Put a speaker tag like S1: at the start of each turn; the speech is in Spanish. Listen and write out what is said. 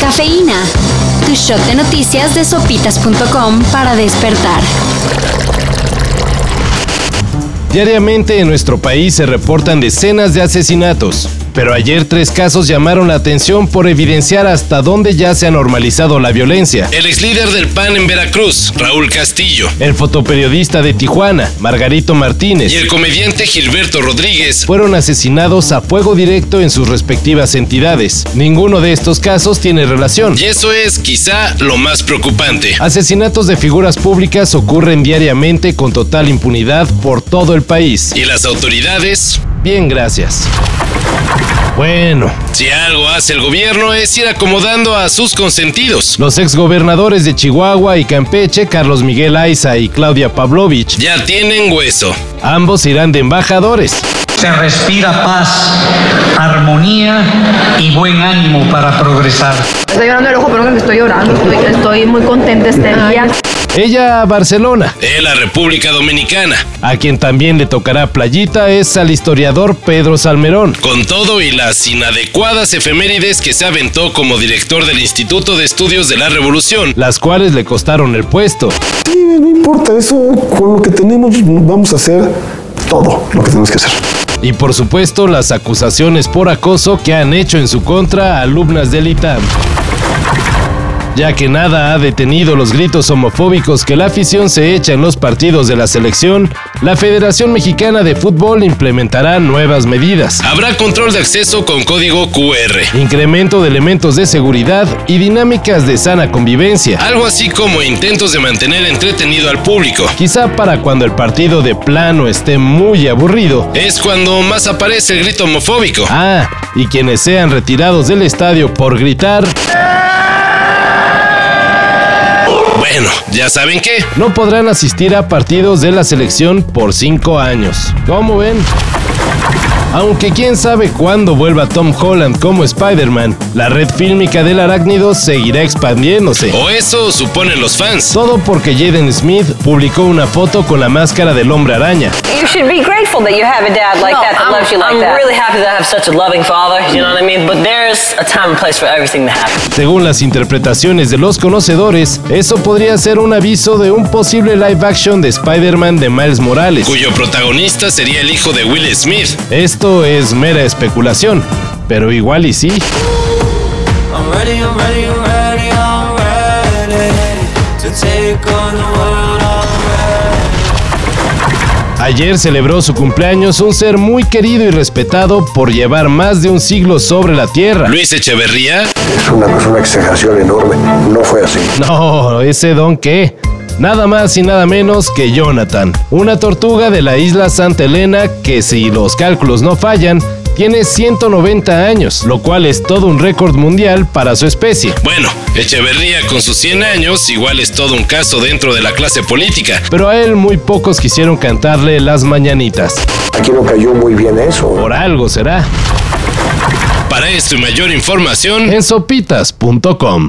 S1: Cafeína. Tu shot de noticias de sopitas.com para despertar.
S2: Diariamente en nuestro país se reportan decenas de asesinatos, pero ayer tres casos llamaron la atención por evidenciar hasta dónde ya se ha normalizado la violencia. El ex líder del PAN en Veracruz, Raúl Castillo, el fotoperiodista de Tijuana, Margarito Martínez, y el comediante Gilberto Rodríguez fueron asesinados a fuego directo en sus respectivas entidades. Ninguno de estos casos tiene relación. Y eso es quizá lo más preocupante. Asesinatos de figuras públicas ocurren diariamente con total impunidad por todo el país. ¿Y las autoridades? Bien, gracias. Bueno, si algo hace el gobierno es ir acomodando a sus consentidos. Los exgobernadores de Chihuahua y Campeche, Carlos Miguel Aiza y Claudia Pavlovich, ya tienen hueso. Ambos irán de embajadores.
S3: Se respira paz, armonía y buen ánimo para progresar.
S4: Estoy llorando el ojo, pero me estoy llorando. Estoy, estoy muy contenta este día.
S2: Ella a Barcelona. Él a República Dominicana. A quien también le tocará playita es al historiador Pedro Salmerón. Con todo y las inadecuadas efemérides que se aventó como director del Instituto de Estudios de la Revolución, las cuales le costaron el puesto.
S5: Sí, no importa, eso con lo que tenemos vamos a hacer todo lo que tenemos que hacer
S2: y por supuesto las acusaciones por acoso que han hecho en su contra alumnas del ITAM. Ya que nada ha detenido los gritos homofóbicos que la afición se echa en los partidos de la selección, la Federación Mexicana de Fútbol implementará nuevas medidas. Habrá control de acceso con código QR, incremento de elementos de seguridad y dinámicas de sana convivencia. Algo así como intentos de mantener entretenido al público. Quizá para cuando el partido de plano esté muy aburrido, es cuando más aparece el grito homofóbico. Ah, y quienes sean retirados del estadio por gritar... Bueno, ya saben que no podrán asistir a partidos de la selección por cinco años. ¿Cómo ven? Aunque quién sabe cuándo vuelva Tom Holland como Spider-Man, la red fílmica del arácnido seguirá expandiéndose. O eso suponen los fans. Todo porque Jaden Smith publicó una foto con la máscara del hombre araña.
S6: You should be grateful that you have a dad like that that
S7: I'm,
S6: loves you like
S7: I'm
S6: that.
S7: really happy that I have such a loving father, you know what I mean? But there's a time and place for everything to happen.
S2: Según las interpretaciones de los conocedores, eso podría ser un aviso de un posible live action de Spider-Man de Miles Morales, cuyo protagonista sería el hijo de Will Smith. Esto es mera especulación, pero igual y sí.
S8: I'm ready, I'm ready, I'm ready, I'm ready to take on the world.
S2: Ayer celebró su cumpleaños un ser muy querido y respetado por llevar más de un siglo sobre la Tierra. Luis Echeverría.
S9: Es una, es una exageración enorme. No fue así.
S2: No, ese don qué. Nada más y nada menos que Jonathan, una tortuga de la isla Santa Elena que si los cálculos no fallan, tiene 190 años, lo cual es todo un récord mundial para su especie. Bueno, Echeverría con sus 100 años igual es todo un caso dentro de la clase política. Pero a él muy pocos quisieron cantarle las mañanitas.
S9: Aquí no cayó muy bien eso.
S2: Por algo será. Para esto y mayor información en sopitas.com.